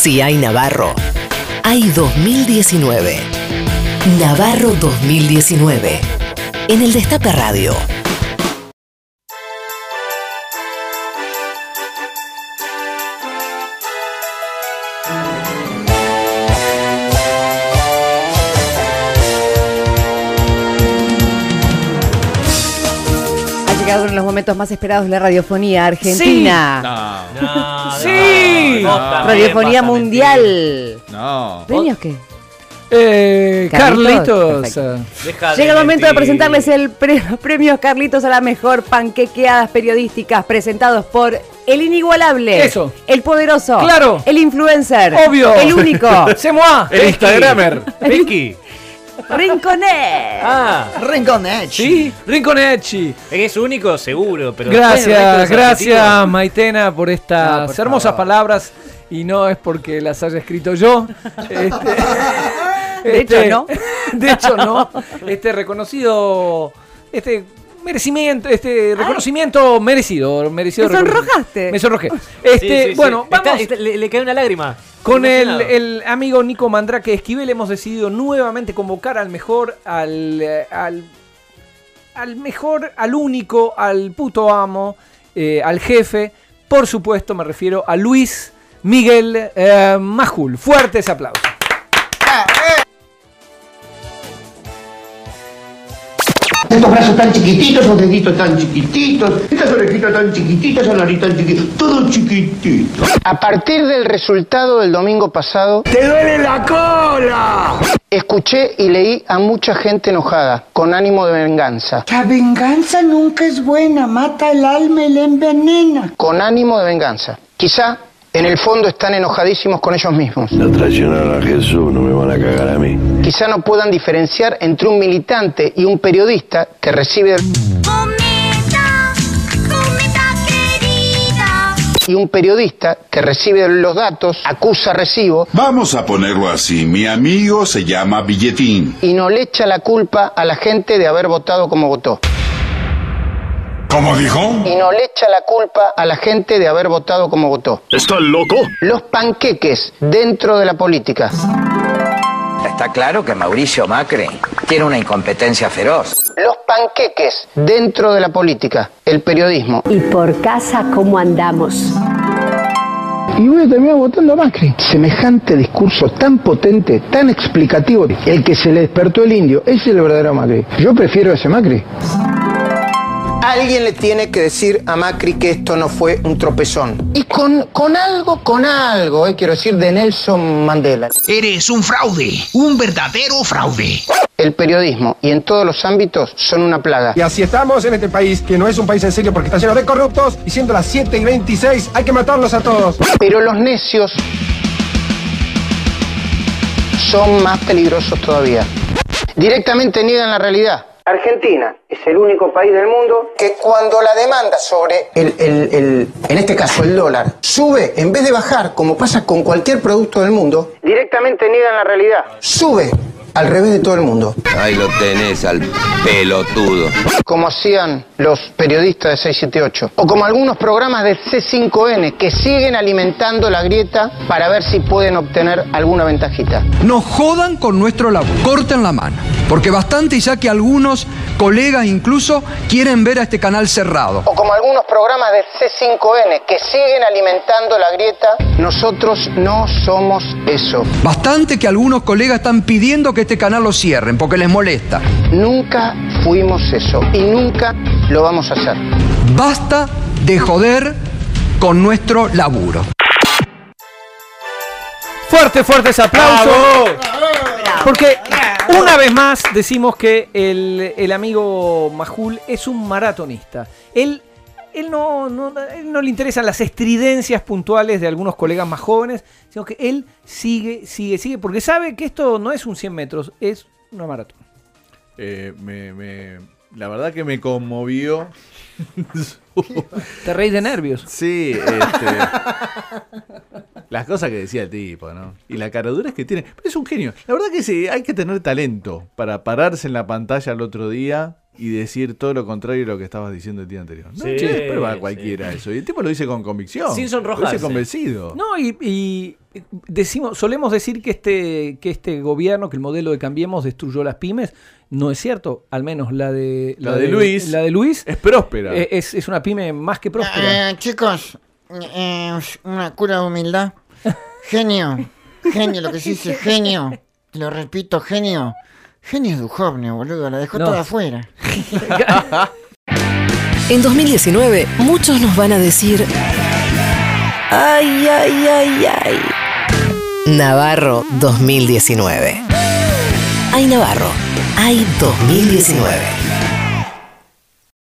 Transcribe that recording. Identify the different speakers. Speaker 1: CI Navarro. Hay 2019. Navarro 2019. En el Destape Radio.
Speaker 2: Ha llegado uno de los momentos más esperados de la radiofonía argentina.
Speaker 3: No,
Speaker 4: No,
Speaker 3: Sí.
Speaker 4: no, vos también
Speaker 2: Radiofonía
Speaker 4: vas a
Speaker 2: mundial.
Speaker 3: no.
Speaker 2: ¿Premios qué?
Speaker 5: Eh,
Speaker 2: Carlitos,
Speaker 5: Carlitos.
Speaker 2: perfecto.
Speaker 5: ah,
Speaker 4: mentir. Deja
Speaker 2: Llega el momento de
Speaker 4: mentir.
Speaker 2: presentarles el pre- premio Carlitos a la mejor panquequeadas periodísticas presentados por el inigualable.
Speaker 5: Eso.
Speaker 2: El poderoso.
Speaker 5: Claro.
Speaker 2: El influencer.
Speaker 5: eh, Obvio.
Speaker 2: El único.
Speaker 5: ¡Se moa!
Speaker 3: El Instagramer.
Speaker 4: Vicky.
Speaker 2: Rinconet.
Speaker 4: Ah,
Speaker 6: Rincón Edge.
Speaker 5: Sí, Rinconechi.
Speaker 4: eres único seguro, pero después el resto de
Speaker 5: Gracias,
Speaker 4: los
Speaker 5: gracias
Speaker 4: adjetivos-
Speaker 5: Maitena por estas
Speaker 4: No, por
Speaker 5: hermosas
Speaker 4: favor.
Speaker 5: palabras. Y no es porque las haya escrito yo. Este,
Speaker 2: De hecho, no.
Speaker 5: De hecho, no. Este reconocido. Este merecimiento. Este reconocimiento merecido. merecido
Speaker 2: Te
Speaker 5: reconocimiento.
Speaker 2: sonrojaste.
Speaker 5: Me sonrojé.
Speaker 4: Sí,
Speaker 5: Este,
Speaker 4: sí, sí.
Speaker 5: bueno,
Speaker 4: Está-
Speaker 5: vamos.
Speaker 4: está- le, le cae una lágrima.
Speaker 5: Con el,
Speaker 4: Emocionado.
Speaker 5: el amigo Nico Mandrake Esquivel hemos decidido nuevamente convocar al mejor, al, eh, al, al mejor, al único, al puto amo, eh, al jefe. Por supuesto me refiero a Luis Miguel eh, Majul. Fuerte ese aplauso.
Speaker 7: Estos brazos tan chiquititos, esos deditos tan chiquititos, estas orejitas tan chiquititas, esa nariz tan chiquitita, todo chiquitito.
Speaker 8: A partir del resultado del domingo pasado,
Speaker 7: ¡Te duele la cola!
Speaker 8: escuché y leí a mucha gente enojada, con ánimo de venganza,
Speaker 9: La venganza nunca es buena, mata el alma y la envenena.
Speaker 8: con ánimo de venganza. Quizá en el fondo están enojadísimos con ellos mismos.
Speaker 10: No traicionaron a Jesús, no me van a cagar a mí.
Speaker 8: Quizá no puedan diferenciar entre un militante y un periodista que recibe y un periodista que recibe los datos, acusa recibo
Speaker 10: Vamos a ponerlo así. Mi amigo se llama Billetín.
Speaker 8: y no le echa la culpa a la gente de haber votado como votó.
Speaker 10: ¿Cómo dijo?
Speaker 8: y no le echa la culpa a la gente de haber votado como votó. ¿Estás loco? Los panqueques dentro de la política.
Speaker 6: Está claro que Mauricio Macri tiene una incompetencia feroz.
Speaker 8: Los panqueques dentro de la política. El periodismo.
Speaker 9: Y por casa, ¿cómo andamos?
Speaker 8: Y voy a terminar votando a Macri. Semejante discurso tan potente, tan explicativo. El que se le despertó el indio, ese es el verdadero Macri. Yo prefiero ese Macri. Alguien le tiene que decir a Macri que esto no fue un tropezón. Y con, con algo, con algo, eh, quiero decir, de Nelson Mandela.
Speaker 6: Eres un fraude, un verdadero fraude.
Speaker 8: El periodismo y en todos los ámbitos son una plaga.
Speaker 7: Y así estamos en este país, que no es un país en serio porque está lleno de corruptos, y siendo las 7 y 26 hay que matarlos a todos.
Speaker 8: Pero los necios son más peligrosos todavía. Directamente niegan la realidad. Argentina es el único país del mundo que cuando la demanda sobre el, el- el- en este caso el dólar sube en vez de bajar como pasa con cualquier producto del mundo directamente niegan la realidad sube al revés de todo el mundo
Speaker 6: Ahí lo tenés al pelotudo.
Speaker 8: como hacían los periodistas de 678, o como algunos programas de C5N que siguen alimentando la grieta para ver si pueden obtener alguna ventajita.
Speaker 11: Nos jodan con nuestro laburo, corten la mano, porque bastante ya que algunos colegas incluso quieren ver a este canal cerrado.
Speaker 8: O como algunos programas de C5N que siguen alimentando la grieta, nosotros no somos eso.
Speaker 11: Bastante que algunos colegas están pidiendo que este canal lo cierren, porque les molesta.
Speaker 8: Nunca fuimos eso y nunca lo vamos a hacer.
Speaker 11: Basta de joder con nuestro laburo.
Speaker 5: Fuerte, fuerte ese aplauso. Porque una vez más decimos que el, el amigo Majul es un maratonista. Él, él, no, no, él no le interesan las estridencias puntuales de algunos colegas más jóvenes, sino que él sigue, sigue, sigue, porque sabe que esto no es un 100 metros, es una maratón.
Speaker 3: Eh, me, me- la verdad que me conmovió.
Speaker 5: Te reís de nervios.
Speaker 3: sí, este, las cosas que decía el tipo, ¿no? Y la caradura es que tiene. Pero es un genio. La verdad que sí, hay que tener talento para pararse en la pantalla al otro día y
Speaker 12: Eh,
Speaker 3: decir todo lo contrario de lo que estabas diciendo el día anterior. No,
Speaker 4: Sí,
Speaker 3: che, después va
Speaker 4: sí.
Speaker 3: cualquiera eso. Y el tipo lo dice con convicción.
Speaker 4: Sin
Speaker 3: Lo dice
Speaker 4: sonrojarse.
Speaker 3: convencido.
Speaker 5: No, y, y decimos, solemos decir que este, que este gobierno, que el modelo de Cambiemos destruyó las pymes. No es cierto, al menos la de,
Speaker 3: La de Luis
Speaker 5: La de Luis
Speaker 3: es próspera.
Speaker 5: eh, Es, es una pyme más que próspera.
Speaker 12: Eh, chicos, eh, una cura de humildad. Genio, genio, lo que se dice, genio. Lo repito, genio. Genio es Dujovne, boludo, la dejó
Speaker 1: No.
Speaker 12: toda afuera.
Speaker 1: En 2019, muchos nos van a decir. Ay, ay, ay, ay. Navarro 2019. Ay, Navarro. Ay, 2019.